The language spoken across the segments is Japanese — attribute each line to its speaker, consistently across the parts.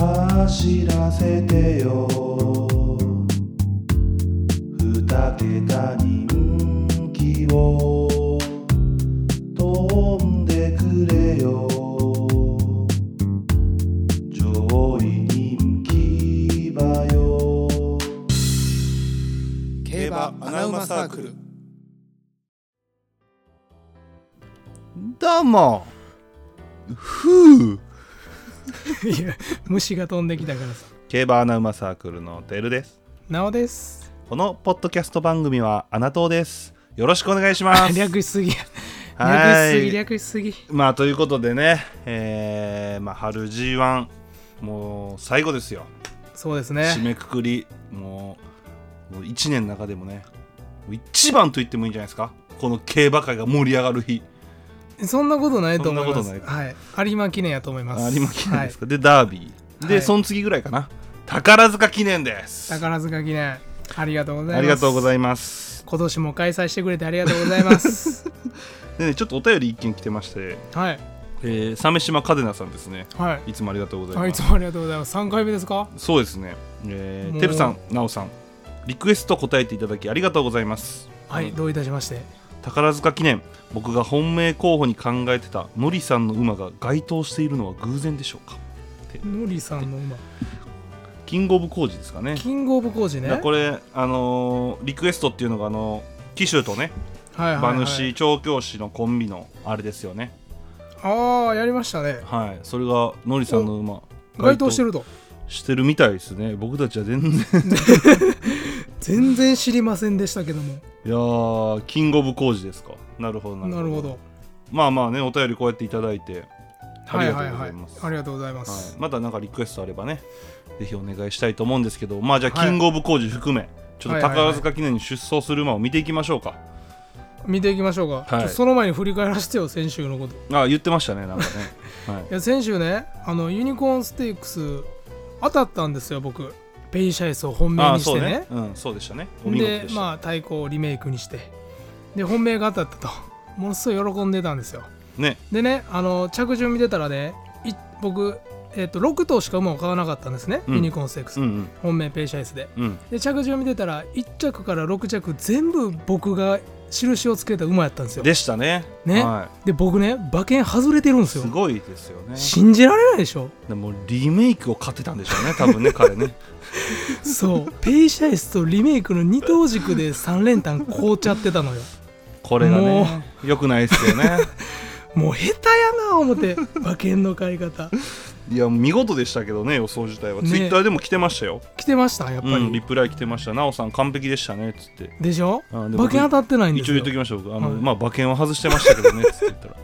Speaker 1: 走らせてよ二桁人気を飛んでくれよ上位人気馬よ
Speaker 2: 競馬アナウマサークル
Speaker 3: どうもふう
Speaker 4: いや虫が飛んできたからさ
Speaker 3: 競馬アナウマサークルのテルです
Speaker 4: なおです
Speaker 3: このポッドキャスト番組はアナトーですよろしくお願いします
Speaker 4: 略しすぎや
Speaker 3: は
Speaker 4: 略しす
Speaker 3: い
Speaker 4: ぎ略しすぎ
Speaker 3: まあということでねえー、まあ春 G1 もう最後ですよ
Speaker 4: そうです
Speaker 3: 締
Speaker 4: ね
Speaker 3: めくくりもうもう1年の中でもねもう一番と言ってもいいんじゃないですかこの競馬界が盛り上がる日
Speaker 4: そんなことないと思いま
Speaker 3: そ
Speaker 4: す
Speaker 3: んなこと
Speaker 4: はい有馬記念やと思います
Speaker 3: 有馬記念ですか、でダービーで、
Speaker 4: はい
Speaker 3: その次ぐらいかな宝塚記念です
Speaker 4: はい、宝塚記念ありがとうございます
Speaker 3: ありがとうござ
Speaker 4: い
Speaker 3: います
Speaker 4: ます今年も開催してくれてありがとうございます
Speaker 3: でねちょっとお便り一件来てまして、
Speaker 4: はい
Speaker 3: えー、鮫島嘉手納さんですね
Speaker 4: はい
Speaker 3: いつもありがとうござ
Speaker 4: あ
Speaker 3: い
Speaker 4: い
Speaker 3: ま
Speaker 4: つ
Speaker 3: す
Speaker 4: もありがとうございます3回目ですか
Speaker 3: そうですねえ
Speaker 4: も
Speaker 3: ー
Speaker 4: う
Speaker 3: てる、さんなおさんリクエスト答えていただきありがとうございます
Speaker 4: はいどういたしまして
Speaker 3: 宝塚記念僕が本命候補に考えてたのりさんの馬が該当しているのは偶然でしょうか
Speaker 4: のりさんの馬
Speaker 3: キングオブコージですかね
Speaker 4: キングオブコージ
Speaker 3: だ
Speaker 4: ね
Speaker 3: からこれあのーリクエストっていうのがあの紀州とね
Speaker 4: はいはい、は
Speaker 3: 馬
Speaker 4: い、
Speaker 3: 主調教師のコンビのあれですよね
Speaker 4: ああやりましたね
Speaker 3: はいそれがのりさんの馬
Speaker 4: 該当してると
Speaker 3: してるみたいですね僕たちは全然
Speaker 4: 全然知りませんでしたけども
Speaker 3: いやーキングオブ工事ですかなるほどなるほど
Speaker 4: なるほど
Speaker 3: まあまあねお便りこうやっていただいてあ
Speaker 4: は
Speaker 3: り
Speaker 4: い
Speaker 3: がと
Speaker 4: はいう
Speaker 3: ご
Speaker 4: は
Speaker 3: ざ
Speaker 4: い
Speaker 3: います、
Speaker 4: ありがとうございます
Speaker 3: はいまたなんかリクエストあればねぜひお願いしたいと思うんですけどまあじゃあ、
Speaker 4: はい
Speaker 3: キングオブ工事含めちょっと
Speaker 4: はいはいは
Speaker 3: 宝
Speaker 4: い
Speaker 3: 塚記念に出走する馬を見ていきましょうか、
Speaker 4: 見ていきましょうか、
Speaker 3: はい
Speaker 4: ちょっとその前に振り返らせてよ先週のことい
Speaker 3: あ言ってましたね なんかね、はい、
Speaker 4: や先週ねあのユニコーンステークス当たったんですよ僕ペイシャイスを本命
Speaker 3: あ
Speaker 4: にし
Speaker 3: そう
Speaker 4: て
Speaker 3: ね
Speaker 4: ね、
Speaker 3: うん、そうでしたねお見事で
Speaker 4: で
Speaker 3: した
Speaker 4: まあ対抗をリメイクにしてで本命が当たったとものすごい喜んでたんですよ
Speaker 3: ね
Speaker 4: でねあの着順見てたらねい僕、えっと6頭しか馬を買わなかったんですね、
Speaker 3: うん
Speaker 4: ユニコーンステークス、
Speaker 3: うんうん
Speaker 4: 本命ペイシャイスで
Speaker 3: うん
Speaker 4: で着順見てたら1着から6着全部僕が印をつけた馬やったんですよ
Speaker 3: でしたね
Speaker 4: ね
Speaker 3: は
Speaker 4: で僕ね馬券外れてるんで
Speaker 3: い、
Speaker 4: すよ
Speaker 3: すごいですよね
Speaker 4: 信じられないでしょ
Speaker 3: でもリメイクを買ってたんでしょうね多分ね彼 ね
Speaker 4: そうペイシャイスとリメイクの二等軸で3連単凍っちゃってたのよ
Speaker 3: これが
Speaker 4: も
Speaker 3: ねよくないですよね
Speaker 4: もう下手やな思って馬券の買い方
Speaker 3: いや見事でしたけどね予想自体は、
Speaker 4: ね
Speaker 3: ツイッターでも来てましたよ、
Speaker 4: 来てましたやっぱり、
Speaker 3: うん、リプライ来てましたなおさん完璧でしたねっつって
Speaker 4: でしょ
Speaker 3: あでも
Speaker 4: 馬券当たってないんで
Speaker 3: 一
Speaker 4: す
Speaker 3: 応言
Speaker 4: よ
Speaker 3: っときましょう僕あの、
Speaker 4: はい
Speaker 3: まあ馬券は外してましたけどねっつって言 ったら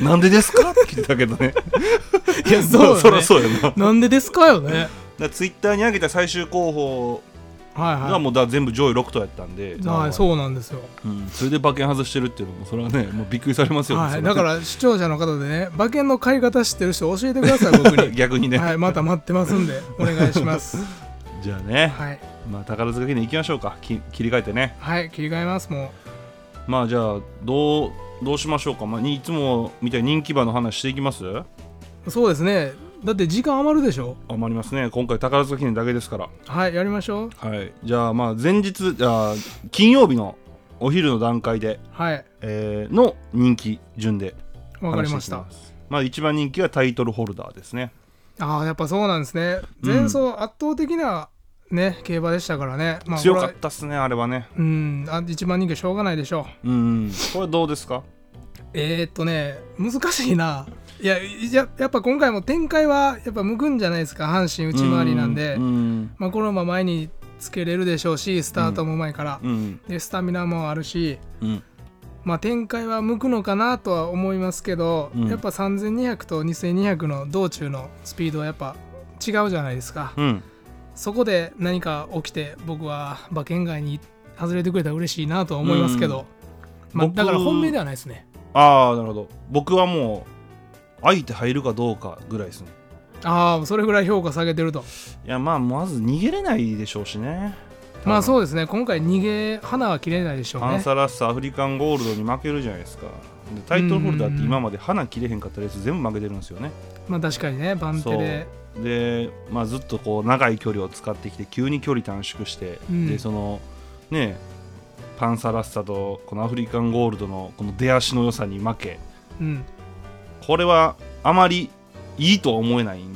Speaker 3: えなんでですかって聞いたけどね
Speaker 4: いや そうよね
Speaker 3: そりゃそうやなだか
Speaker 4: なんでですかよね
Speaker 3: らツイッターに上げた最終候補
Speaker 4: はい
Speaker 3: が
Speaker 4: は
Speaker 3: もうだ全部上位6頭やったんで、
Speaker 4: いはいそうなんですよ、
Speaker 3: うんそれで馬券外してるっていうのもそれはねもうびっくりされますよね、
Speaker 4: は
Speaker 3: そ
Speaker 4: い、
Speaker 3: れ
Speaker 4: だ
Speaker 3: は
Speaker 4: か
Speaker 3: ね
Speaker 4: ら視聴者の方でね馬券の買い方知ってる人教えてください僕に、
Speaker 3: 逆に ね、
Speaker 4: はい、また待ってますんでお願いします
Speaker 3: じゃあね、
Speaker 4: はい
Speaker 3: まあ宝塚記念行きましょうかき切り替えてね
Speaker 4: はい切り替えますも
Speaker 3: まあじゃあどうどうしましょうか、まあ、にいつもみたいに人気馬の話していきます
Speaker 4: うそうですねだって時間余るでしょ
Speaker 3: 余りますね今回宝塚記念だけですから
Speaker 4: はいやりましょう
Speaker 3: はいじゃあまあ前日じゃあ金曜日のお昼の段階で、
Speaker 4: はい
Speaker 3: えーの人気順で
Speaker 4: わかりました
Speaker 3: 話ていきすまあ一番人気はタイトルホルダーですね
Speaker 4: ああやっぱそうなんですね
Speaker 3: うん
Speaker 4: 前走圧倒的なね、競馬でしたからね、まあ、
Speaker 3: 強かっ
Speaker 4: こ
Speaker 3: たっすねあれはね
Speaker 4: れはうんあ一番人気はしょうがないでしょ
Speaker 3: うんこれどうですか
Speaker 4: うえー、っとね難しいないやいややっぱ今回も展開はやっぱ向くんじゃないですか阪神内回りなんで
Speaker 3: うんうん
Speaker 4: まあ、このまま前につけれるでしょうしスタートもうまいから、
Speaker 3: うん
Speaker 4: でスタミナもあるし、
Speaker 3: うん
Speaker 4: まあ、展開は向くのかなとは思いますけど、
Speaker 3: うん
Speaker 4: やっぱ3200と2200の道中のスピードはやっぱ違うじゃないですか、
Speaker 3: うん
Speaker 4: そこで何か起きて僕は馬券外に外れてくれたら嬉しいなとは思いますけど、まあ、
Speaker 3: 僕
Speaker 4: だから本命ではないですね
Speaker 3: ああなるほど僕はもう相手入るかどうかぐらいですね
Speaker 4: ああそれぐらい評価下げてると
Speaker 3: いやまあまず逃げれないでしょうしね
Speaker 4: まあ
Speaker 3: う
Speaker 4: そうですね今回逃げ花は切れないでしょう
Speaker 3: パン
Speaker 4: ね
Speaker 3: サラッサアフリカンゴールドに負けるじゃないですかでタイトルホルダーって今まで花切れへんかったレース全部負けてるんですよね
Speaker 4: まあ確かにね番手で
Speaker 3: で、まあ、ずっとこう長い距離を使ってきて急に距離短縮して、
Speaker 4: うん
Speaker 3: でそのねパンサラッサとこのアフリカンゴールドのこの出足の良さに負け
Speaker 4: うん
Speaker 3: これはあまりいいとは思えないん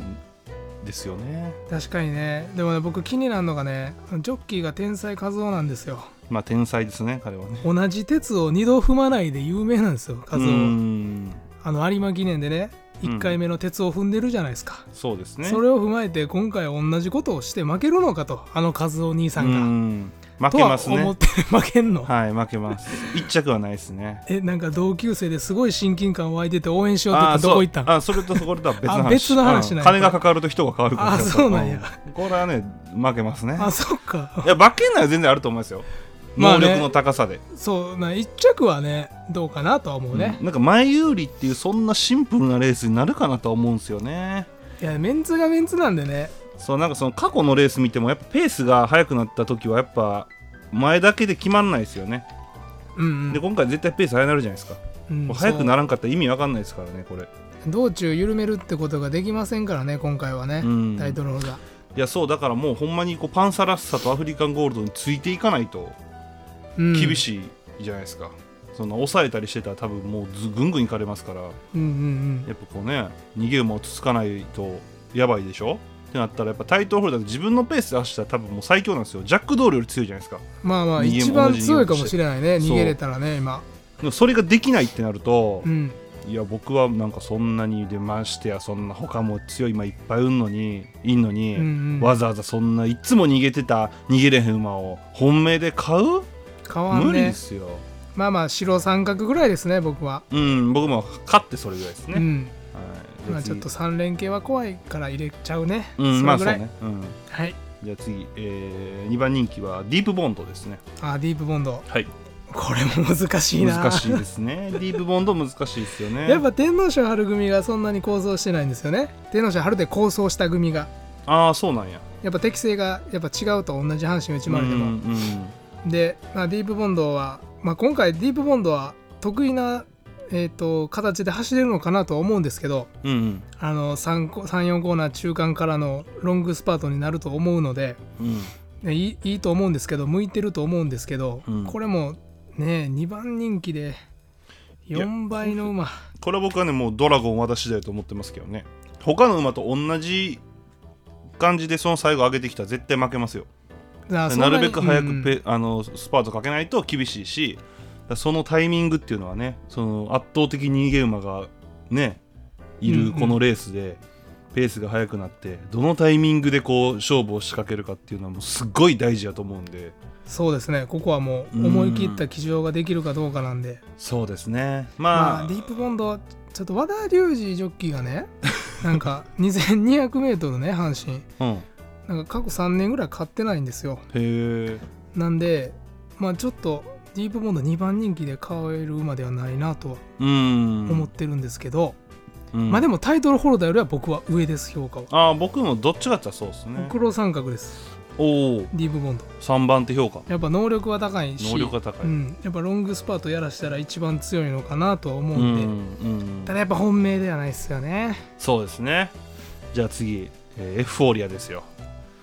Speaker 3: ですよね。
Speaker 4: 確かにねでもね僕気になるのがねジョッキーが天才和夫なんですよ
Speaker 3: まあ天才ですね彼はね。
Speaker 4: 同じ鉄を二度踏まないで有名なんですよ和
Speaker 3: う
Speaker 4: 夫
Speaker 3: ん
Speaker 4: あの有馬記念でね
Speaker 3: うん
Speaker 4: 1回目の鉄を踏んでるじゃないですか、
Speaker 3: そうですね。
Speaker 4: それを踏まえて今回同じことをして負けるのかとあの和夫兄さ
Speaker 3: うんん
Speaker 4: が
Speaker 3: 負
Speaker 4: と
Speaker 3: け
Speaker 4: は
Speaker 3: ます
Speaker 4: 思
Speaker 3: ね。
Speaker 4: って 負けんの、
Speaker 3: はい負けます。一着はないですね。
Speaker 4: えなんか同級生ですごい親近感湧いてて応援しようって言っ
Speaker 3: あ
Speaker 4: てどこ行ったん
Speaker 3: そうあそれとそれとは別の話
Speaker 4: あ別の話なんや
Speaker 3: うん金がかかると人が変わるから
Speaker 4: あそうなんや
Speaker 3: うんこれはね負けますね
Speaker 4: あそっか
Speaker 3: いや負けんのは全然あると思いますよ
Speaker 4: ま
Speaker 3: 能
Speaker 4: あね
Speaker 3: 力の高さで、
Speaker 4: そうな一着はねどうかなとは思うね、
Speaker 3: うんなんか前有利っていうそんなシンプルなレースになるかなとは思うんですよね
Speaker 4: いやメンツがメンツなんでね
Speaker 3: そうなんかその過去のレース見てもやっぱペースが速くなった時はやっぱ前だけで決まんないですよね
Speaker 4: うん
Speaker 3: で今回絶対ペース速くなるじゃないですか、
Speaker 4: うん、うん、
Speaker 3: 速くな
Speaker 4: る
Speaker 3: らんかったら意味わかんないですからねこれ
Speaker 4: 道中緩めるってことができませんからね今回はね、
Speaker 3: うん
Speaker 4: タイトルが
Speaker 3: いやそうだからもうほんまにこうパンサラッサとアフリカンゴールドについていかないと厳
Speaker 4: い、
Speaker 3: しいじゃないですか、そんな抑えたりしてたら多分もうずぐんぐんいかれますからや
Speaker 4: うんうん
Speaker 3: っぱこうね逃げ馬をつつかないとやばいでしょってなったらやっぱタイトルホルダーで自分のペースで走ったら多分もう最強なんですよジャックドールより強いじゃないですか
Speaker 4: うん、まあま
Speaker 3: 逃
Speaker 4: あ
Speaker 3: げも
Speaker 4: 一番強いかもしれないね
Speaker 3: 同じようにして
Speaker 4: 逃げれたらね今
Speaker 3: でもそれができないってなると
Speaker 4: う、ん
Speaker 3: いや僕はなんかそんなにでましてやそんな他も強い馬いっぱいいんのにいんのに、
Speaker 4: うんうん
Speaker 3: わざわざそんないつも逃げてた逃げれへん馬を本命で買う
Speaker 4: 変わん
Speaker 3: 無理で
Speaker 4: ね
Speaker 3: すよ、
Speaker 4: まあまあ白三角ぐらいですね僕は、
Speaker 3: うん僕も勝ってそれぐらいですね、
Speaker 4: う
Speaker 3: はい
Speaker 4: ん
Speaker 3: じゃ
Speaker 4: ま
Speaker 3: あ
Speaker 4: あ
Speaker 3: 次
Speaker 4: ちょっと三連携は怖いから入れちゃうね、
Speaker 3: うん、まあ
Speaker 4: れ
Speaker 3: そ
Speaker 4: ぐ
Speaker 3: う
Speaker 4: らい、
Speaker 3: ね、うん、
Speaker 4: はい
Speaker 3: じゃあ次、えー、2番人気はディープボンドですね
Speaker 4: あディープボンド
Speaker 3: はい
Speaker 4: これも難しいな
Speaker 3: 難しいです ねディープボンド難しいですよね
Speaker 4: やっぱ天皇賞春組がそんなに構想してないんですよね天皇賞春で構想した組が
Speaker 3: ああそうなんや
Speaker 4: やっぱ適性がやっぱ違うと同じ阪神内丸で
Speaker 3: うん
Speaker 4: も、で、まあ、ディープボンドは、まあ、今回ディープボンドは得意な、えー、と形で走れるのかなとは思うんですけど
Speaker 3: うんうん
Speaker 4: あの34コーナー中間からのロングスパートになると思うので
Speaker 3: うん
Speaker 4: ねいいいいと思うんですけど向いてると思うんですけど、
Speaker 3: うん
Speaker 4: これもね2番人気で
Speaker 3: や
Speaker 4: 4倍の馬
Speaker 3: これは僕はねもうドラゴン私だよと思ってますけどね他の馬と同じ感じでその最後上げてきたら絶対負けますよ
Speaker 4: な
Speaker 3: なるべく早くペ、あのスパートかけないと厳しいしだそのタイミングっていうのはねその圧倒的に逃げ馬がねい
Speaker 4: うんう
Speaker 3: る
Speaker 4: ん
Speaker 3: このレースで、ペースが速くなってどのタイミングでこう勝負を仕掛けるかっていうのはもうすっごい大事やと思うんで
Speaker 4: そうですねここはもう思い切った騎乗ができるかどうかなんで、
Speaker 3: そうですね
Speaker 4: ま
Speaker 3: まあ、
Speaker 4: あ、ディープボンドちょっと和田隆二ジョッキー がねなんか 2200m ね阪神
Speaker 3: うんへ
Speaker 4: なんか過去3年ぐらい勝ってないんですよ
Speaker 3: え
Speaker 4: なんでまあちょっとディープボンド2番人気で買える馬ではないなとは
Speaker 3: うん
Speaker 4: 思ってるんですけど、
Speaker 3: うん
Speaker 4: まあでもタイトルホルダーよりは僕は上です評価は、
Speaker 3: ああ僕もどっちかって言ったらそうですね
Speaker 4: 黒三角です
Speaker 3: おお
Speaker 4: ディープボンド
Speaker 3: 3番手評価
Speaker 4: やっぱ能力は高いし
Speaker 3: 能力が高い
Speaker 4: うん、やっぱロングスパートやらしたら一番強いのかなとは思う
Speaker 3: うん
Speaker 4: で、
Speaker 3: うん
Speaker 4: ただやっぱ本命ではないですよね
Speaker 3: そうですねじゃあ次、えーエフフォーリアですよ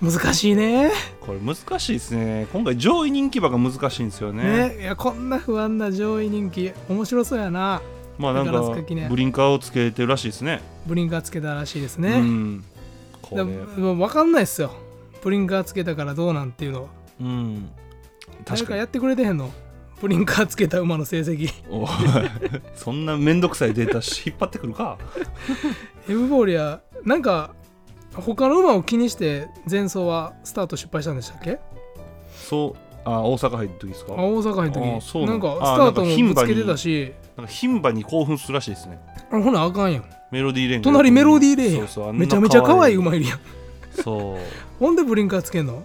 Speaker 4: 難しいね
Speaker 3: これ難しいですね今回上位人気馬が難しいんですよね
Speaker 4: ねいやこんな不安な上位人気面白そうやな
Speaker 3: まあなん
Speaker 4: 宝塚
Speaker 3: か
Speaker 4: 記念
Speaker 3: ブリンカーをつけてるらしいですね
Speaker 4: ブリンカーつけたらしいです
Speaker 3: う
Speaker 4: ね、
Speaker 3: んこ
Speaker 4: で
Speaker 3: れ
Speaker 4: ももう分かんないっすよブリンカーつけたからどうなんっていうのは
Speaker 3: うん
Speaker 4: 誰
Speaker 3: 確
Speaker 4: か
Speaker 3: か
Speaker 4: や
Speaker 3: に
Speaker 4: ってくれてへんのブリンカーつけた馬の成績
Speaker 3: おい そんな面倒くさいデータし 引っ張ってくるか
Speaker 4: エムボーリアなんか他の馬を気にして前走はスタート失敗したんでしたっけ
Speaker 3: そうあ大阪杯の時ですか
Speaker 4: あ大阪
Speaker 3: あ
Speaker 4: の時
Speaker 3: そう
Speaker 4: な
Speaker 3: なん
Speaker 4: ん
Speaker 3: だ
Speaker 4: かスタート
Speaker 3: あなんか
Speaker 4: も
Speaker 3: 牝
Speaker 4: ぶ
Speaker 3: 馬
Speaker 4: つ
Speaker 3: に
Speaker 4: けてたし
Speaker 3: なんか牝馬に興奮するらしいですね
Speaker 4: あほなあかんやん
Speaker 3: メロディーレーンが
Speaker 4: 隣メロディーレーン
Speaker 3: そ
Speaker 4: や
Speaker 3: うそうあ
Speaker 4: ん
Speaker 3: んな
Speaker 4: めちゃめちゃ可愛い馬いるやん
Speaker 3: そう
Speaker 4: ほんでブリンカーつけんの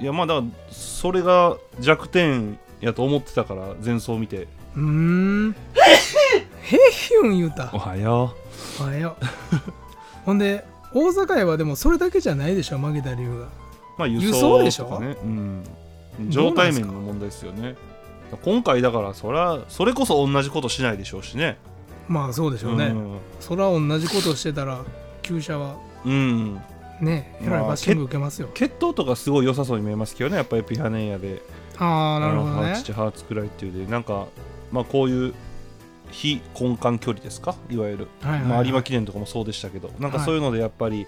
Speaker 3: いやまあだからそれが弱点やと思ってたから前走見て
Speaker 4: う ーんヘイヒュン言うた
Speaker 3: おはよ
Speaker 4: おはようほんで大阪へはでもそれだけじゃないでしょ負けた理由が
Speaker 3: うまあ輸
Speaker 4: 輸送で
Speaker 3: 送
Speaker 4: し
Speaker 3: と
Speaker 4: ょ
Speaker 3: かねうん
Speaker 4: どう
Speaker 3: 状
Speaker 4: なん
Speaker 3: 態
Speaker 4: すか
Speaker 3: 面の問題ですよね今回だからそらそれこそ同じことしないでしょうしね
Speaker 4: まあそうでしょうね、
Speaker 3: うん
Speaker 4: それは同じことをしてたら旧車は
Speaker 3: うん
Speaker 4: ねえらいバッシング受けますよ、
Speaker 3: 血統とかすごい良さそうに見えますけどねやっぱりピハネンヤで
Speaker 4: ああなるほ
Speaker 3: あ
Speaker 4: ど
Speaker 3: のハ
Speaker 4: ね
Speaker 3: ーツチハーツくらいっていうでなんかまあこういう非根幹距離ですかいわゆる、
Speaker 4: はいはいはい
Speaker 3: まあ、有馬記念とかもそうでしたけどなんかそういうのでやっぱり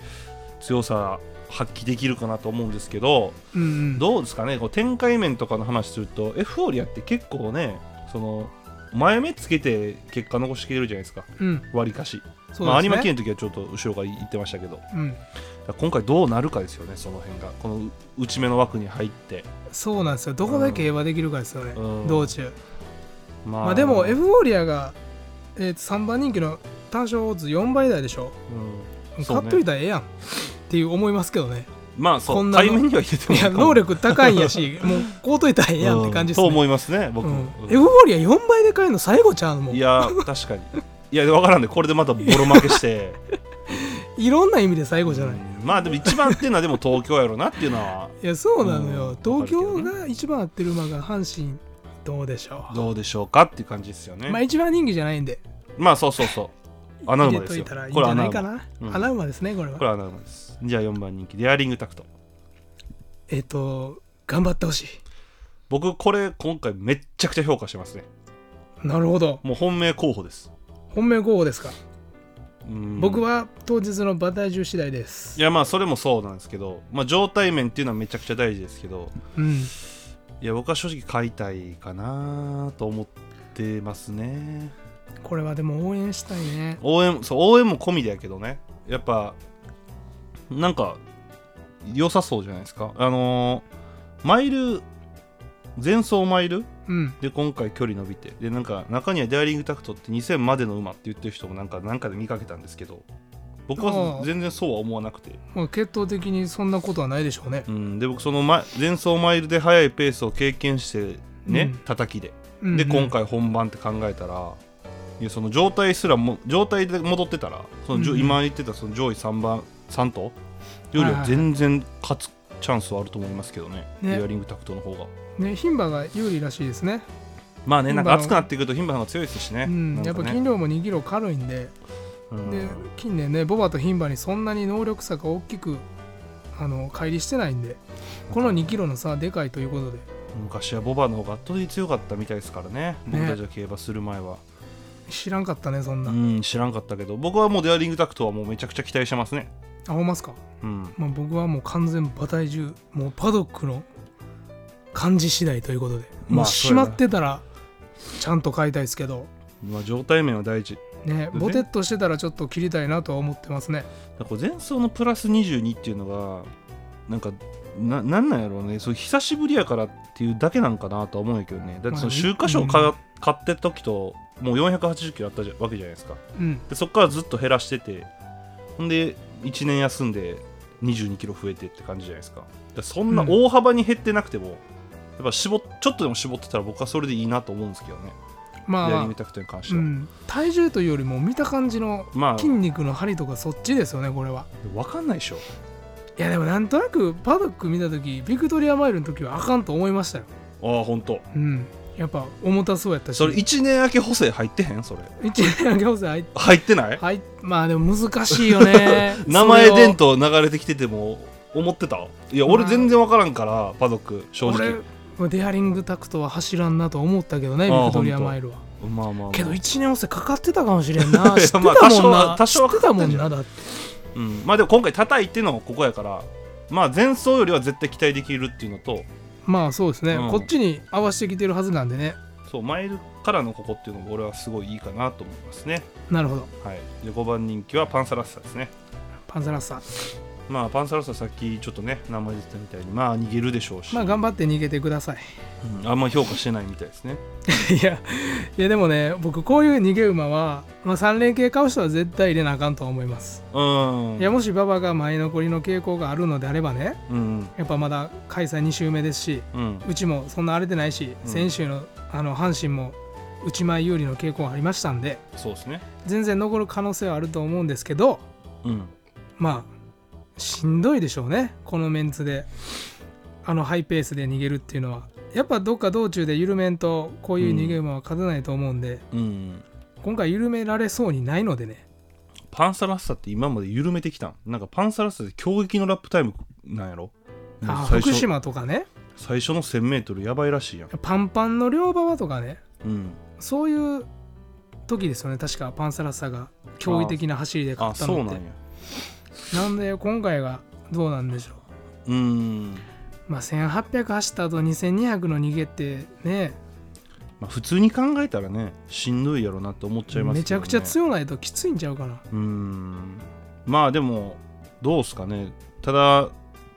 Speaker 3: 強さ発揮できるかなと思うんですけど、
Speaker 4: うんうん
Speaker 3: どうですかねこう展開面とかの話するとエフフォーリアって結構ねその前目つけて結果残してきてるじゃないですか
Speaker 4: うん
Speaker 3: 割りかし、
Speaker 4: そうですね、
Speaker 3: まあ、アニマ系の時はちょっと後ろが言ってましたけどだか
Speaker 4: うん
Speaker 3: ら今回どうなるかですよねその辺がこのう内目の枠に入って
Speaker 4: そうなんですよどこだけ競馬できるかですよね、
Speaker 3: うん
Speaker 4: 道中
Speaker 3: ま
Speaker 4: まあでもエフフォーリアが、えーと3番人気の単勝オッズ4倍台でしょ
Speaker 3: うんそう
Speaker 4: 買
Speaker 3: ね
Speaker 4: っといたらええやんっていう思いますけどね
Speaker 3: まあそ
Speaker 4: こん
Speaker 3: う
Speaker 4: なの
Speaker 3: 対面には入れて
Speaker 4: い
Speaker 3: も
Speaker 4: や
Speaker 3: かも
Speaker 4: 能力高いんやしもう買うといたらええやんって感じですね、
Speaker 3: うんと思いますね僕、
Speaker 4: うん
Speaker 3: うん
Speaker 4: エフフォーリア4倍で買えるの最後ちゃうのもう
Speaker 3: い
Speaker 4: い
Speaker 3: や確かにいや分からんでこれでまたボロ負け して
Speaker 4: ろんな意味で最後じゃない、い
Speaker 3: うんまあでも一番っていうのはでも東京やろなっていうのは
Speaker 4: やそうなのよ、
Speaker 3: うん
Speaker 4: 東
Speaker 3: わか
Speaker 4: 京
Speaker 3: るけど
Speaker 4: が一番合ってる馬が阪神どうでしょう
Speaker 3: どうでしょうかっていう感じですよね。
Speaker 4: ま
Speaker 3: ま
Speaker 4: あ
Speaker 3: あ、
Speaker 4: 一番人気じゃないんで
Speaker 3: そうそうそう。穴
Speaker 4: 入
Speaker 3: 馬
Speaker 4: れ
Speaker 3: で
Speaker 4: と
Speaker 3: す
Speaker 4: い
Speaker 3: よ。
Speaker 4: たらいいん
Speaker 3: こ
Speaker 4: じ
Speaker 3: れ
Speaker 4: ゃな
Speaker 3: 穴
Speaker 4: いか
Speaker 3: 馬。
Speaker 4: な
Speaker 3: うん
Speaker 4: 穴馬ですねこれは
Speaker 3: これ穴馬です。じゃあ4番人気、デアリングタクト。
Speaker 4: えっ、と頑張ってほしい
Speaker 3: 僕、これ今回めっちゃくちゃ評価してますね。
Speaker 4: なるほど
Speaker 3: もう本命候補です。
Speaker 4: 本命候補ですか、
Speaker 3: うん
Speaker 4: 僕。は当日の馬体重次第で
Speaker 3: い
Speaker 4: す
Speaker 3: やまあそれもそうなんですけど、まあ、状態面っていうのはめちゃくちゃ大事ですけど
Speaker 4: うん
Speaker 3: いや僕は正直解体かなと思ってますね
Speaker 4: これはでも応援したいね
Speaker 3: 応援そう応援も込みだけどねやっぱなんか良さそうじゃないですかあのーマイル前走マイル
Speaker 4: うん
Speaker 3: で今回距離伸びてでなんか中にはデアリングタクトって2000までの馬って言ってる人もなんかなんかで見かけたんですけど僕
Speaker 4: あ
Speaker 3: は
Speaker 4: あ
Speaker 3: 全然そうは思わなくて、
Speaker 4: まあ血統的にそんなことはないでしょうね
Speaker 3: うん、で僕その前前走マイルで速いペースを経験してね、
Speaker 4: うん
Speaker 3: 叩きで
Speaker 4: うん
Speaker 3: で
Speaker 4: うん
Speaker 3: 今回本番って考えたらいやその状態すらも状態で戻ってたらそのじょ、
Speaker 4: うんうん
Speaker 3: 今言ってたその上位3番3頭より
Speaker 4: はいはいは
Speaker 3: はい全然勝つチャンスはあると思いますけどね
Speaker 4: ね
Speaker 3: デアリングタクトの方が
Speaker 4: ね牝馬が有利らしいですね
Speaker 3: まあねなんか
Speaker 4: 牝馬は
Speaker 3: 熱くなってくると牝馬の方が強いですしね,、
Speaker 4: うんやっぱ
Speaker 3: ね
Speaker 4: 斤量も2キロ軽いんで
Speaker 3: うん
Speaker 4: で近年ねボバと牝馬にそんなに能力差が大きくあの乖離してないんでこの2キロの差はでかいということで
Speaker 3: 昔はボバの方が圧倒的に強かったみたいですからね僕たちが競馬する前は、
Speaker 4: 知らんかったねそん
Speaker 3: う
Speaker 4: な、
Speaker 3: ん知らんかったけど僕はもうデアリングタクトはもうめちゃくちゃ期待してますね
Speaker 4: あほんますか、
Speaker 3: うん
Speaker 4: まあ、僕はもう完全馬体重もうパドックの感じ次第ということでも
Speaker 3: ま
Speaker 4: う
Speaker 3: あ
Speaker 4: 閉まってたらちゃんと買いたいですけど
Speaker 3: まあ状態面は大事
Speaker 4: ねボテッとしてたらちょっと切りたいなとは思ってますね
Speaker 3: だからこれ前走のプラス22っていうのがなんかななんなんやろうねそう久しぶりやからっていうだけなんかなとは思うんやけどねだってそ
Speaker 4: まあ
Speaker 3: の週刊賞をか、
Speaker 4: う
Speaker 3: 買ってた時ともう480キロあったじゃわけじゃないですか
Speaker 4: うん
Speaker 3: でそこからずっと減らしててほんで1年休んで2 2キロ増えてって感じじゃないですかだからそんな大幅に減ってなくても、やっぱ絞っちょっとでも絞ってたら僕はそれでいいなと思うんですけどね
Speaker 4: まあ
Speaker 3: デアリングタクトに関して
Speaker 4: う
Speaker 3: は、
Speaker 4: ん、体重というよりも見た感じの
Speaker 3: ま
Speaker 4: 筋肉の張りとかそっちですよねこれは
Speaker 3: あ分かんないでしょ
Speaker 4: いやでもなんとなくパドック見た時ビクトリアマイルの時はあかんと思いましたよ
Speaker 3: ああほんと
Speaker 4: うんやっぱ重たそうやったし
Speaker 3: それ1年明け補正入ってへんそれ
Speaker 4: 一年行政入っ
Speaker 3: 入ってない
Speaker 4: はいまあでも難しいよね
Speaker 3: 名前伝
Speaker 4: と
Speaker 3: 統流れてきてても思ってたいや俺全然分からんからパドック正
Speaker 4: 俺
Speaker 3: 直
Speaker 4: もうデアリングタクトは走らんなと思ったけどねビ
Speaker 3: ああ
Speaker 4: クトリアマイルは
Speaker 3: まあまあまあ
Speaker 4: けど一年遅れかかってたかもしれんな知ってたも
Speaker 3: ま
Speaker 4: ん
Speaker 3: あ多少
Speaker 4: な
Speaker 3: は多少は
Speaker 4: 知ってたもんなだって
Speaker 3: うん、まあでも今回叩いてのここやからまあ前走よりは絶対期待できるっていうのと
Speaker 4: まあそうですね、
Speaker 3: うん
Speaker 4: こっちに合わせてきてるはずなんでね
Speaker 3: そうマイルからのここっていうのも俺はすごいいいかなと思いますね
Speaker 4: なるほど
Speaker 3: はいで5番人気はパンサラッサですね
Speaker 4: パンサラッサ
Speaker 3: まあパンサラッサさっきちょっとね名前出てたみたいにまあ逃げるでしょうし、
Speaker 4: まあ頑張って逃げてください
Speaker 3: うんあんま評価してないみたいですね
Speaker 4: いやいやでもね僕こういう逃げ馬は、まあ、3連携買う人は絶対入れなあかんとは思います、
Speaker 3: うん
Speaker 4: いやもし馬場が前残りの傾向があるのであればね
Speaker 3: うん
Speaker 4: やっぱまだ開催2週目ですし
Speaker 3: うん
Speaker 4: うちもそんな荒れてないし、
Speaker 3: うん
Speaker 4: 先週のあの阪神も内前有利の傾向がありましたんで
Speaker 3: そうですね
Speaker 4: 全然残る可能性はあると思うんですけど
Speaker 3: うん
Speaker 4: まあしんどいでしょうねこのメンツであのハイペースで逃げるっていうのはやっぱどっか道中で緩めんとこういう逃げ馬は勝てないと思うんで、
Speaker 3: うん
Speaker 4: 今回緩められそうにないのでね
Speaker 3: パンサラッサって今まで緩めてきたんなんかパンサラッサって衝撃のラップタイムなんやろ
Speaker 4: あー
Speaker 3: 最
Speaker 4: 福
Speaker 3: 初
Speaker 4: 島とかね
Speaker 3: 最初の 1000m やばいらしいやん、
Speaker 4: パンパンの両馬場とかね
Speaker 3: うん、
Speaker 4: そういう時ですよね確かパンサラッサが驚異的な走りで勝
Speaker 3: あ
Speaker 4: った
Speaker 3: そう
Speaker 4: のっ
Speaker 3: なん
Speaker 4: て
Speaker 3: や
Speaker 4: なんで今回がどうなんでしょう
Speaker 3: うん
Speaker 4: まあ、1800走った後2200の逃げってね
Speaker 3: まあ、普通に考えたらねしんどいやろなって思っちゃいます
Speaker 4: めちゃくちゃ
Speaker 3: い
Speaker 4: 強ないときついんちゃうかな
Speaker 3: うんまあでもどうっすかねただ、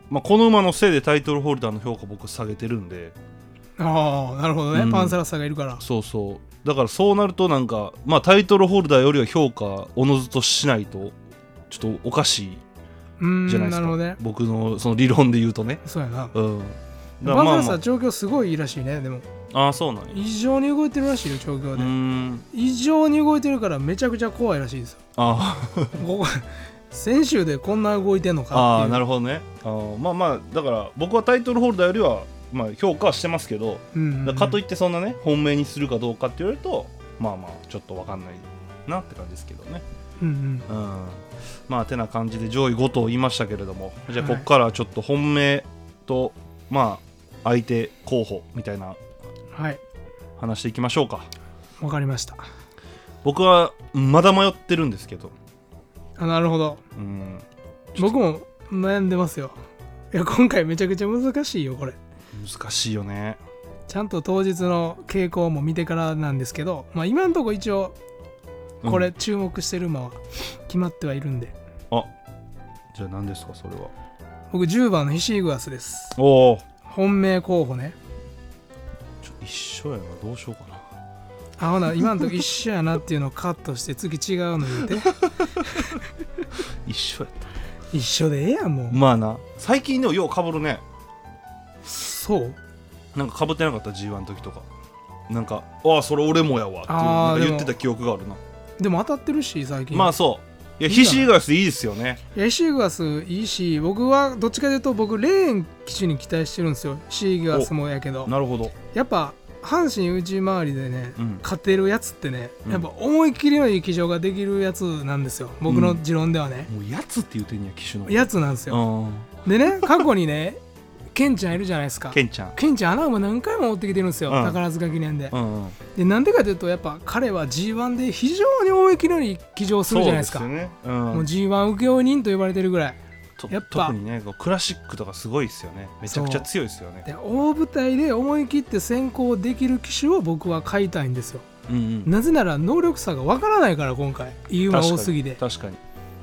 Speaker 3: まあ、この馬のせいでタイトルホルダーの評価僕下げてるんで
Speaker 4: ああなるほどね、
Speaker 3: うん
Speaker 4: パンサラッサがいるから
Speaker 3: そうそうだからそうなるとなんか、まあ、タイトルホルダーよりは評価おのずとしないとちょっとおかしいう
Speaker 4: ーん
Speaker 3: じゃないです
Speaker 4: な
Speaker 3: か
Speaker 4: るほどね
Speaker 3: 僕のその理論で言うとね
Speaker 4: そうやな
Speaker 3: うんだ
Speaker 4: パ
Speaker 3: か
Speaker 4: ンサ
Speaker 3: らま
Speaker 4: ラ
Speaker 3: あ
Speaker 4: ッ
Speaker 3: ま
Speaker 4: サ状況すごいいいらしいねでも
Speaker 3: ああーそうなんや
Speaker 4: 異常に動いてるらしいよ状況
Speaker 3: う
Speaker 4: で、
Speaker 3: ーん
Speaker 4: 異常に動いてるからめちゃくちゃ怖いらしいですよ
Speaker 3: あー
Speaker 4: ここ先週でこんな動いてんのか
Speaker 3: あ
Speaker 4: ってい
Speaker 3: ー
Speaker 4: う
Speaker 3: なるほどねあーまあまあだから僕はタイトルホルダーよりは、まあ、評価はしてますけど
Speaker 4: うんうん
Speaker 3: だからかといってそんなね本命にするかどうかって言われるとまあまあちょっと分かんないなって感じですけどね
Speaker 4: うんうん
Speaker 3: うんまあてな感じで上位5頭言いましたけれどもじゃあ
Speaker 4: はい
Speaker 3: ここからはちょっと本命と、まあ相手候補みたいな
Speaker 4: はい
Speaker 3: 話していきましょうか
Speaker 4: わかりました
Speaker 3: 僕はまだ迷ってるんですけど
Speaker 4: あなるほど
Speaker 3: うん
Speaker 4: 僕も悩んでますよいや今回めちゃくちゃ難しいよこれ
Speaker 3: 難しいよね
Speaker 4: ちゃんと当日の傾向も見てからなんですけど、まあ、今のとこ一応
Speaker 3: うん
Speaker 4: これ注目してる馬は決まってはいるんで、
Speaker 3: あじゃあ何ですかそれは
Speaker 4: 僕10番のヒシイグアスです
Speaker 3: おお
Speaker 4: 本命候補ね
Speaker 3: ちょ一緒やなどうしようかな
Speaker 4: あほな今のとこ一緒やなっていうのをカットして次違うの言う て
Speaker 3: 一緒やった
Speaker 4: 一緒でええやんもう、
Speaker 3: まあな最近でもようかぶるね
Speaker 4: そう
Speaker 3: なんかかぶってなかった G1 の時とかなんか「ああそれ俺もやわ」っていう
Speaker 4: あ
Speaker 3: な
Speaker 4: ー
Speaker 3: んか言っ
Speaker 4: で
Speaker 3: て
Speaker 4: も
Speaker 3: た記憶があるな
Speaker 4: でも当たってるし最近、
Speaker 3: ま
Speaker 4: ま
Speaker 3: あ
Speaker 4: あ、
Speaker 3: そういや
Speaker 4: いい
Speaker 3: ヒ
Speaker 4: んじゃない
Speaker 3: シイグラスいいですよね
Speaker 4: ヤシイグアスいいし僕はどっちかというと僕レーン騎手に期待してるんですよヒシイグアスもやけど
Speaker 3: なるほど
Speaker 4: やっぱ阪神内回りでね、
Speaker 3: うん
Speaker 4: 勝てるやつってね、
Speaker 3: うん
Speaker 4: やっぱ思い切りのいい騎乗ができるやつなんですよ僕の持論ではね、
Speaker 3: もうやつって言うてんや騎手の
Speaker 4: や
Speaker 3: つ
Speaker 4: つなんです
Speaker 3: う
Speaker 4: よ、
Speaker 3: ん
Speaker 4: でね過去にね ケンちゃんいるじゃないですか
Speaker 3: ケンちゃん
Speaker 4: ケンちゃん穴馬何回も追ってきてるんですよ、
Speaker 3: うん
Speaker 4: 宝塚記念で、
Speaker 3: うんうん
Speaker 4: でなんでかというとやっぱ彼は g 1で非常に思い切りのいい騎乗するじゃないですか
Speaker 3: そうですよねうん
Speaker 4: もう g 1請負人と呼ばれてるぐらい
Speaker 3: と
Speaker 4: やっぱ
Speaker 3: 特にねこうクラシックとかすごいですよねめちゃくちゃ強いですよね
Speaker 4: で大舞台で思い切って先行できる騎手を僕は買いたいんですよ
Speaker 3: うんうん
Speaker 4: なぜなら能力差がわからないから今回いい馬多すぎで
Speaker 3: 確かに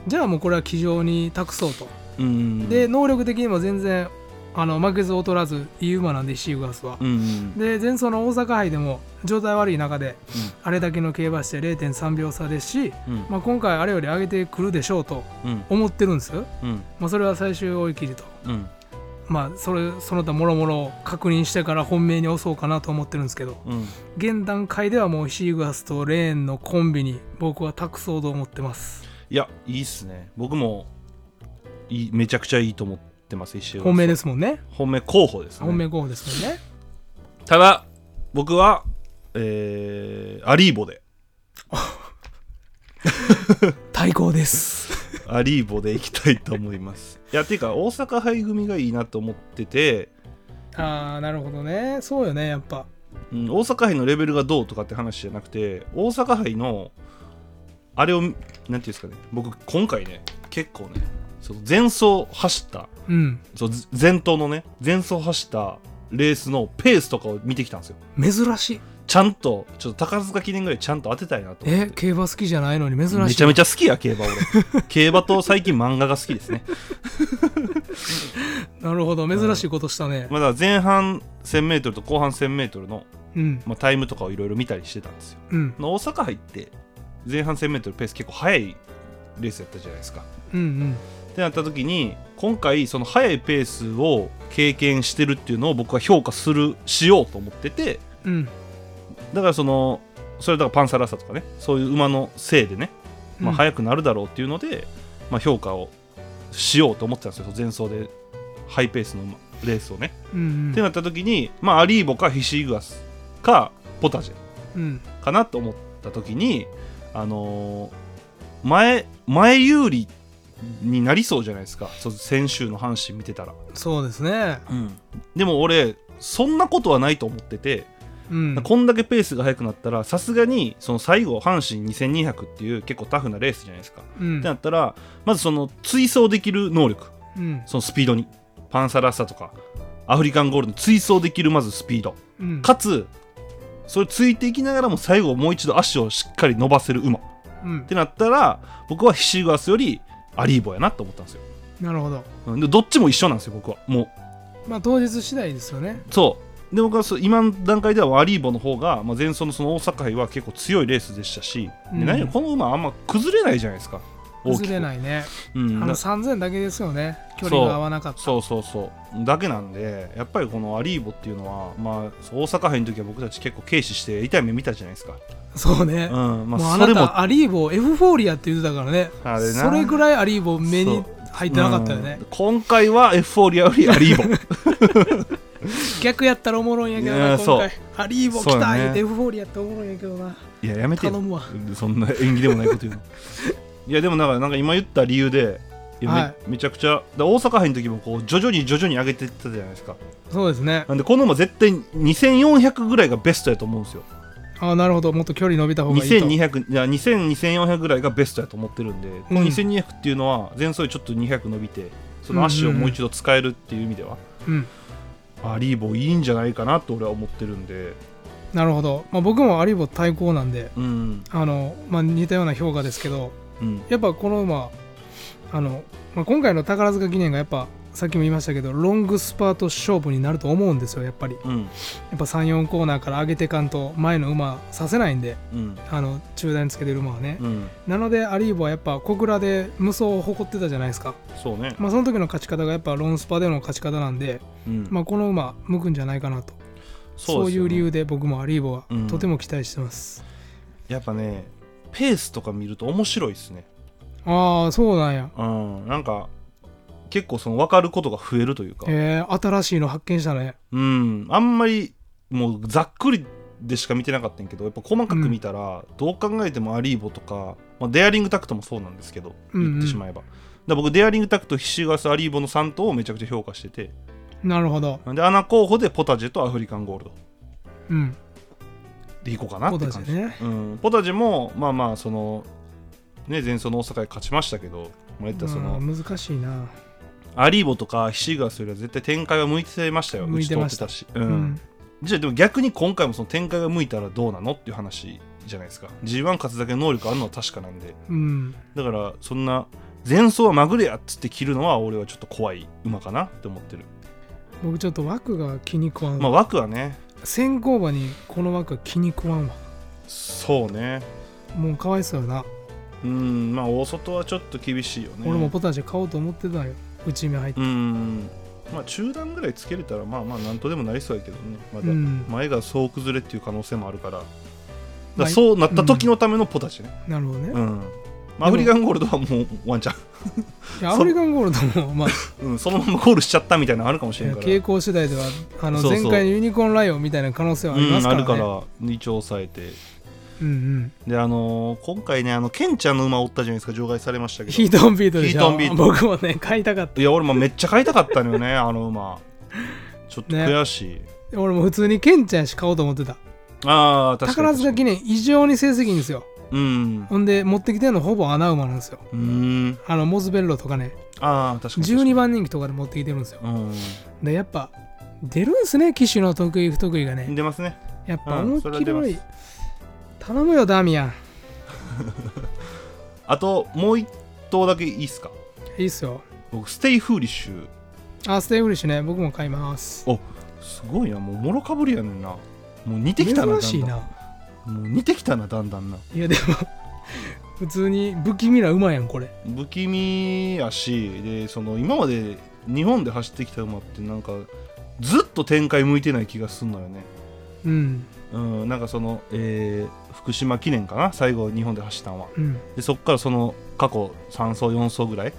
Speaker 4: じゃあもうこれは騎乗に託そうと、
Speaker 3: 確かにうんうんうん
Speaker 4: で能力的にも全然あの負けず劣らずいい馬なんでシーグアスは
Speaker 3: う、んうん
Speaker 4: で前走の大阪杯でも状態悪い中であれだけの競馬して0.3秒差ですし、
Speaker 3: うん
Speaker 4: まあ、今回あれより上げてくるでしょうと
Speaker 3: うん
Speaker 4: 思ってるんです、
Speaker 3: うん
Speaker 4: まあ、それは最終追い切りと、
Speaker 3: うん
Speaker 4: まあ、それその他もろもろを確認してから本命に押そうかなと思ってるんですけど
Speaker 3: うん
Speaker 4: 現段階ではもうシーグアスとレーンのコンビに僕は託そうと思ってます
Speaker 3: いやいいっすね僕もいいめちゃくちゃいいと思ってます石井
Speaker 4: 本命ですすもんね
Speaker 3: 本命候補ですね
Speaker 4: 本命候補ですもんね
Speaker 3: ただ僕はえー、アリーボで
Speaker 4: 対抗です
Speaker 3: アリーボでいきたいと思います いやていうか大阪杯組がいいなと思ってて、
Speaker 4: ああなるほどねそうよねやっぱ
Speaker 3: うん、大阪杯のレベルがどうとかって話じゃなくて大阪杯のあれをなんていうんですかね僕今回ね結構ねその前走走った
Speaker 4: うん
Speaker 3: そうず前頭のね前走走ったレースのペースとかを見てきたんですよ
Speaker 4: 珍しい
Speaker 3: ちゃんとちょっと宝塚記念ぐらいちゃんと当てたいなと思って
Speaker 4: え競馬好きじゃないのに珍しい
Speaker 3: めちゃめちゃ好きや競馬俺競馬と最近漫画が好きですね
Speaker 4: なるほど珍しいことしたね
Speaker 3: まあだから前半 1000m と後半 1000m の、
Speaker 4: うん
Speaker 3: まあ、タイムとかをいろいろ見たりしてたんですよ
Speaker 4: うん
Speaker 3: まあ大阪杯って前半 1000m ペース結構速いレースやったじゃないですか
Speaker 4: うんうん
Speaker 3: ってなった時に今回その速いペースを経験してるっていうのを僕は評価するしようと思ってて
Speaker 4: うん
Speaker 3: だからそのそれだからパンサラッサとかねそういう馬のせいでね、ま
Speaker 4: う
Speaker 3: あ、
Speaker 4: ん
Speaker 3: 速くなるだろうっていうので、まあ、評価をしようと思ってたんですよ前走でハイペースの馬レースをね、
Speaker 4: うん
Speaker 3: ってなった時に、まあ、アリーボかヒシイグアスかポタジェ
Speaker 4: うん
Speaker 3: かなと思った時にあのー前前有利になりそうじゃないですかそう先週の阪神見てたら、
Speaker 4: そうですね
Speaker 3: でも俺そんなことはないと思ってて、
Speaker 4: うん
Speaker 3: こんだけペースが速くなったらさすがにその最後阪神2200っていう結構タフなレースじゃないですか、
Speaker 4: うん
Speaker 3: ってなったらまずその追走できる能力
Speaker 4: うん
Speaker 3: そのスピードにパンサラッサとかアフリカンゴールドに追走できるまずスピード
Speaker 4: うん
Speaker 3: かつそれついていきながらも最後もう一度足をしっかり伸ばせる馬っ
Speaker 4: うん
Speaker 3: てなったら僕はヒシグアスよりアリーボやなと思ったんですよ
Speaker 4: なるほど
Speaker 3: うんでどっちも一緒なんですよ僕はもう
Speaker 4: まあ当日次第ですよね
Speaker 3: そうで僕はそう今の段階ではアリーボの方が、まあ、前走のその大阪杯は結構強いレースでしたし、
Speaker 4: うん
Speaker 3: で何よりこの馬あんま崩れないじゃないですか大きく
Speaker 4: 崩れないね
Speaker 3: うん
Speaker 4: あ
Speaker 3: だ
Speaker 4: の3000だけですよね距離が合わなかった
Speaker 3: そうそうそうだけなんでやっぱりこのアリーボっていうのは、まあ、大阪杯の時は僕たち結構軽視して痛い目見たじゃないですか、
Speaker 4: そうね、
Speaker 3: うんま
Speaker 4: もう
Speaker 3: あ、
Speaker 4: あ
Speaker 3: それ
Speaker 4: な
Speaker 3: も
Speaker 4: たアリーボをエフフォーリアって言ってたからね
Speaker 3: あれな
Speaker 4: それぐらいアリーボ目に入ってなかったよね
Speaker 3: うん今回はエフフォーリアよりアリーボ
Speaker 4: 逆やったらおもろいんやけど
Speaker 3: い
Speaker 4: な
Speaker 3: や
Speaker 4: 今回アリーボ来
Speaker 3: そう
Speaker 4: た
Speaker 3: だね
Speaker 4: 言うてエフフォーリアっておもろいんやけどない
Speaker 3: ややめてよ
Speaker 4: 頼むわ
Speaker 3: そんな縁起でもないこと言う のいやでもなんかなんか今言った理由でいやめ,、
Speaker 4: はい
Speaker 3: めちゃくちゃだから大阪杯の時もこう徐々に徐々に上げていってたじゃないですか
Speaker 4: そうですね
Speaker 3: なんでこの馬絶対2400ぐらいがベストやと思うんですよ
Speaker 4: ああなるほどもっと距離伸びた方がいいと
Speaker 3: 2200いや20002400ぐらいがベストやと思ってるんで、この
Speaker 4: うん
Speaker 3: 2200っていうのは前走よりちょっと200伸びてその足をもう一度使えるっていう意味では、
Speaker 4: うん
Speaker 3: アリーボいいんじゃないかなと俺は思ってるんで
Speaker 4: なるほど、まあ、僕もアリーボ対抗なんで
Speaker 3: うん
Speaker 4: あの、まあ、似たような評価ですけど
Speaker 3: うん
Speaker 4: やっぱこの馬あの、まあ、今回の宝塚記念がやっぱさっきも言いましたけどロングスパート勝負になると思うんですよやっぱりや
Speaker 3: うん
Speaker 4: っぱ34コーナーから上げてかんと前の馬させないんで
Speaker 3: うん
Speaker 4: あの中段につけてる馬はね、
Speaker 3: うん
Speaker 4: なのでアリーボはやっぱ小倉で無双を誇ってたじゃないですか、
Speaker 3: そうね、
Speaker 4: まあ、その時の勝ち方がやっぱロンスパでの勝ち方なんで、
Speaker 3: うん
Speaker 4: まあ、この馬向くんじゃないかなとそう,、
Speaker 3: です
Speaker 4: い
Speaker 3: よ
Speaker 4: う
Speaker 3: ね
Speaker 4: 理由で僕もアリーボは
Speaker 3: うん
Speaker 4: とても期待してます、
Speaker 3: やっぱねペースとか見ると面白いですね
Speaker 4: ああそうなんや
Speaker 3: うんなんか結構その分かることが増えるというか
Speaker 4: えー、新しいの発見したね
Speaker 3: うんあんまりもうざっくりでしか見てなかったんやけどやっぱ細かく見たら、どう考えてもアリーボとか、まあ、デアリングタクトもそうなんですけど
Speaker 4: うんうん
Speaker 3: 言ってしまえば、だから僕デアリングタクトヒシガスアリーボの3頭をめちゃくちゃ評価してて
Speaker 4: なるほど
Speaker 3: で穴候補でポタジェとアフリカンゴールド
Speaker 4: うん
Speaker 3: でいこうかな
Speaker 4: ポ
Speaker 3: って
Speaker 4: タ
Speaker 3: 感
Speaker 4: ジ
Speaker 3: じ
Speaker 4: ェね
Speaker 3: うん、ポタジェもまあまあそのね前走の大阪で勝ちましたけど、まあ、言ったらその、
Speaker 4: あー難しいな
Speaker 3: アリーボとかヒシガスよりは絶対展開が向いてましたよ
Speaker 4: 向いてました
Speaker 3: 打ち取ってたし、
Speaker 4: う
Speaker 3: うんじゃあでも逆に今回もその展開が向いたらどうなのっていう話じゃないですか G1 勝つだけの能力あるのは確かなんで
Speaker 4: うん
Speaker 3: だからそんな前走はまぐれやっつって切るのは俺はちょっと怖い馬かなって思ってる、
Speaker 4: 僕ちょっと枠が気に食わん
Speaker 3: まあ
Speaker 4: わ、
Speaker 3: 枠はね
Speaker 4: 先行馬にこの枠は気に食わんわ
Speaker 3: そうね
Speaker 4: もうかわいそうやな
Speaker 3: うんまあ大外はちょっと厳しいよね
Speaker 4: 俺もポタジェ買おうと思ってたよ内目入って
Speaker 3: うんまあ中段ぐらいつけれたらまあまあなんとでもなりそうやけどねまだ
Speaker 4: うん
Speaker 3: 前が総崩れっていう可能性もあるからだから
Speaker 4: まあ
Speaker 3: そうなった時のためのポタジェね
Speaker 4: なるほどね、
Speaker 3: うん、まあアフリカンゴールドはもうワンチャン、
Speaker 4: いや
Speaker 3: そ
Speaker 4: アフリカンゴールドも、まあ、
Speaker 3: うん、そのままゴールしちゃったみたいなのあるかもしれんから
Speaker 4: 傾向次第ではあの
Speaker 3: そう
Speaker 4: 前
Speaker 3: そう
Speaker 4: 回のユニコーンライオンみたいな可能性はありま
Speaker 3: うん、
Speaker 4: すか
Speaker 3: あ
Speaker 4: らね、
Speaker 3: るから一応抑えて
Speaker 4: うんうん
Speaker 3: であのー今回ねあのケンちゃんの馬おったじゃないですか除外されましたけ
Speaker 4: ヒー
Speaker 3: ど
Speaker 4: トンビートでし
Speaker 3: ヒー
Speaker 4: ょ
Speaker 3: トンビート
Speaker 4: 僕もね買いたかっ
Speaker 3: いや俺もめっちゃ買いたかったのよね あの馬ちょっと
Speaker 4: ね
Speaker 3: 悔しい、
Speaker 4: た俺も普通にケンちゃんし買おうと思ってた
Speaker 3: ああ確か
Speaker 4: 宝
Speaker 3: に
Speaker 4: 塚
Speaker 3: 確か
Speaker 4: 記
Speaker 3: に
Speaker 4: 念異常に成績いいんですよ
Speaker 3: うんう
Speaker 4: ほんで持ってきてるのほぼ穴馬なんですよ
Speaker 3: ーん
Speaker 4: あのモズベッロとかね
Speaker 3: ああ確かに
Speaker 4: 12番人気とかで持ってきてるんですよ
Speaker 3: 番
Speaker 4: でやっぱ出るんすね騎手の得意不得意が
Speaker 3: うん
Speaker 4: ね
Speaker 3: 出ますね
Speaker 4: やっぱ
Speaker 3: うん
Speaker 4: 思いっ
Speaker 3: そ
Speaker 4: きり悪
Speaker 3: れは出
Speaker 4: い頼むよダミアン
Speaker 3: あともう一頭だけいいっすか
Speaker 4: いいっすよ
Speaker 3: 僕ステイフーリッシュ
Speaker 4: あステイフリッシュね僕も買います
Speaker 3: すごいなもうもろかぶりやねんなもう似てきたな
Speaker 4: 珍しい
Speaker 3: だん
Speaker 4: な
Speaker 3: だんもう似てきたなだんだんない
Speaker 4: やでも普通に不気味な馬やんこれ
Speaker 3: 不気味やしでその今まで日本で走ってきた馬ってなんかずっと展開向いてない気がすんのよね、
Speaker 4: うん
Speaker 3: うん、なんかその、えー福島記念かな最後日本で走ったんは
Speaker 4: うん
Speaker 3: でそっからその過去3走4走ぐらい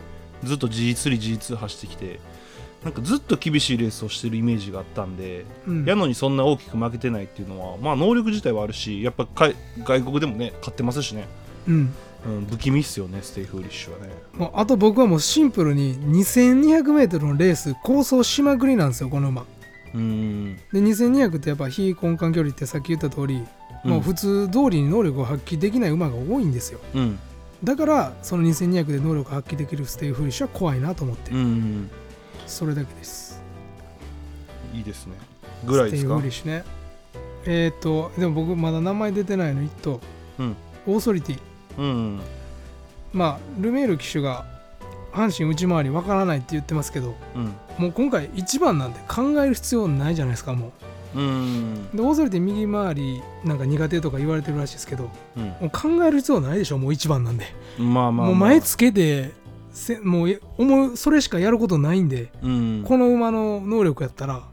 Speaker 3: ずっと G3G2 走ってきてなんかずっと厳しいレースをしてるイメージがあったんで、
Speaker 4: うん
Speaker 3: やのにそんな大きく負けてないっていうのは、まあ、能力自体はあるし、やっぱかい外国でもね、勝ってますしね、
Speaker 4: うん
Speaker 3: うん、不気味っすよね、ステイフーリッシュはね。
Speaker 4: もうあと僕はもうシンプルに 2200m のレース構想しまくりなんですよこの馬
Speaker 3: うん、
Speaker 4: で2200ってやっぱ非根幹距離ってさっき言った通り、もう普通通りに能力を発揮できない馬が多いんですよ
Speaker 3: うん、
Speaker 4: だからその2200で能力を発揮できるステイフリッシュは怖いなと思って、
Speaker 3: うん、
Speaker 4: それだけです
Speaker 3: いいですね。ぐらいです
Speaker 4: ステイ
Speaker 3: か
Speaker 4: フリッシュねえっ、とでも僕まだ名前出てないの1頭、
Speaker 3: うん
Speaker 4: オーソリティ
Speaker 3: うん、
Speaker 4: まあルメール騎手が阪神内回りわからないって言ってますけど
Speaker 3: うん、
Speaker 4: もう今回1番なんて考える必要ないじゃないですかも
Speaker 3: うん、
Speaker 4: うでオーソリティ右回りなんか苦手とか言われてるらしいですけど
Speaker 3: うん、
Speaker 4: もう考える必要ないでしょもう1番なんで、
Speaker 3: まあまあ、まあ、
Speaker 4: もう前つけてせもうえ思うそれしかやることないんで
Speaker 3: うん、
Speaker 4: この馬の能力やったら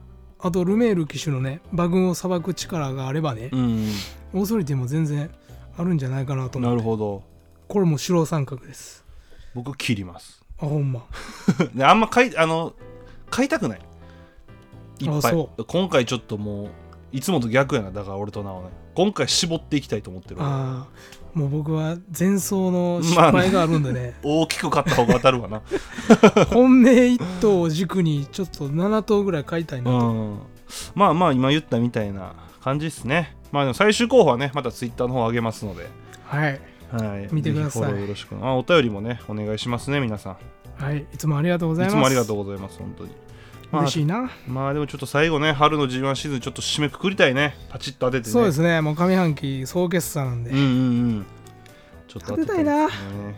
Speaker 4: あとルメール騎手のね馬群をさばく力があればね
Speaker 3: う、ん、
Speaker 4: オーソリティも全然あるんじゃないかなと思
Speaker 3: な
Speaker 4: う
Speaker 3: るほど。
Speaker 4: これもう白三角です
Speaker 3: 僕、切ります。
Speaker 4: あほんま
Speaker 3: であんま買いあの買いたくないいっ
Speaker 4: あ
Speaker 3: ぱ
Speaker 4: そ
Speaker 3: い今回ちょっともういつもと逆やなだから俺となおね今回絞っていきたいと思ってるわ
Speaker 4: あーもう僕は前走の失敗があるんでね、
Speaker 3: 大きく買った方が当たるわな
Speaker 4: 本命一頭を軸にちょっと7頭ぐらい買いたいな、
Speaker 3: うんまあまあ今言ったみたいな感じですねまあでも最終候補はねまたツイッターの方上げますので、
Speaker 4: はい
Speaker 3: はい、
Speaker 4: 見てください
Speaker 3: ぜひフォローよろしくあお便りもねお願いしますね皆さん
Speaker 4: はいいつもありがとうござ
Speaker 3: い
Speaker 4: います
Speaker 3: つもありがとうございます本当にまあ
Speaker 4: 嬉しいな
Speaker 3: まあでもちょっと最後ね春の G1 シーズンちょっと締めくくりたいねパチッと当ててね
Speaker 4: そうですねもう上半期総決算なんで、
Speaker 3: うんうんうんちょっと
Speaker 4: 当てたいな
Speaker 3: 当てですね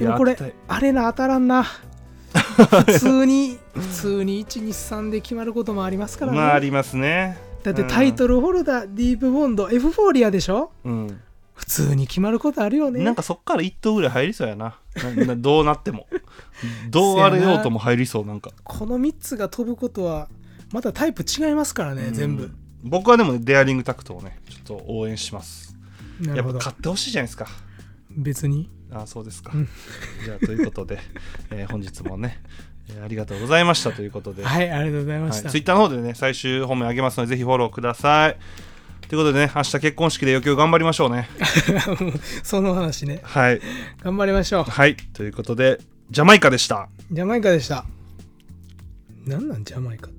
Speaker 4: でもこれ
Speaker 3: いや当てたい
Speaker 4: あれな当たら んな普通に普通に123で決まることもありますからね、
Speaker 3: まあありますね
Speaker 4: だってタイトルホルダー、ディープボンドエフフォーリアでしょ
Speaker 3: うん、
Speaker 4: 普通に決まることあるよ
Speaker 3: う
Speaker 4: ね
Speaker 3: んなんかそっから1頭ぐらい入りそうやなななどうなってもどうあれようとも入りそうなんか
Speaker 4: この3つが飛ぶことはまたタイプ違いますからね、
Speaker 3: うん
Speaker 4: 全部
Speaker 3: 僕はでもねデアリングタクトをねちょっと応援します
Speaker 4: な
Speaker 3: や
Speaker 4: る
Speaker 3: っ
Speaker 4: ほ
Speaker 3: ぱ
Speaker 4: ど
Speaker 3: 買ってほしいじゃないですか
Speaker 4: 別に
Speaker 3: ああそうですか、
Speaker 4: うん
Speaker 3: じゃあということで、 えー本日もね、えーありがとうございましたということで
Speaker 4: はいありがとうございました、
Speaker 3: ツイッターの方でね、最終本命あげますので、ぜひフォローください。ということでね、明日結婚式で余興頑張りましょうね。
Speaker 4: その話ね
Speaker 3: はい。
Speaker 4: 頑張りましょう
Speaker 3: はい。ということで、ジャマイカでした。
Speaker 4: ジャマイカでしたなんなんジャマイカって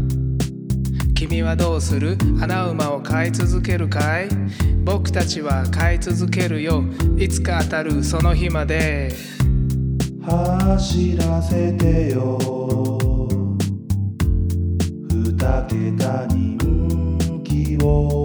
Speaker 4: 君はどうする穴馬を飼い続けるかい僕たちは飼い続けるよいつか当たるその日まで
Speaker 1: 走らせてよ二桁人気を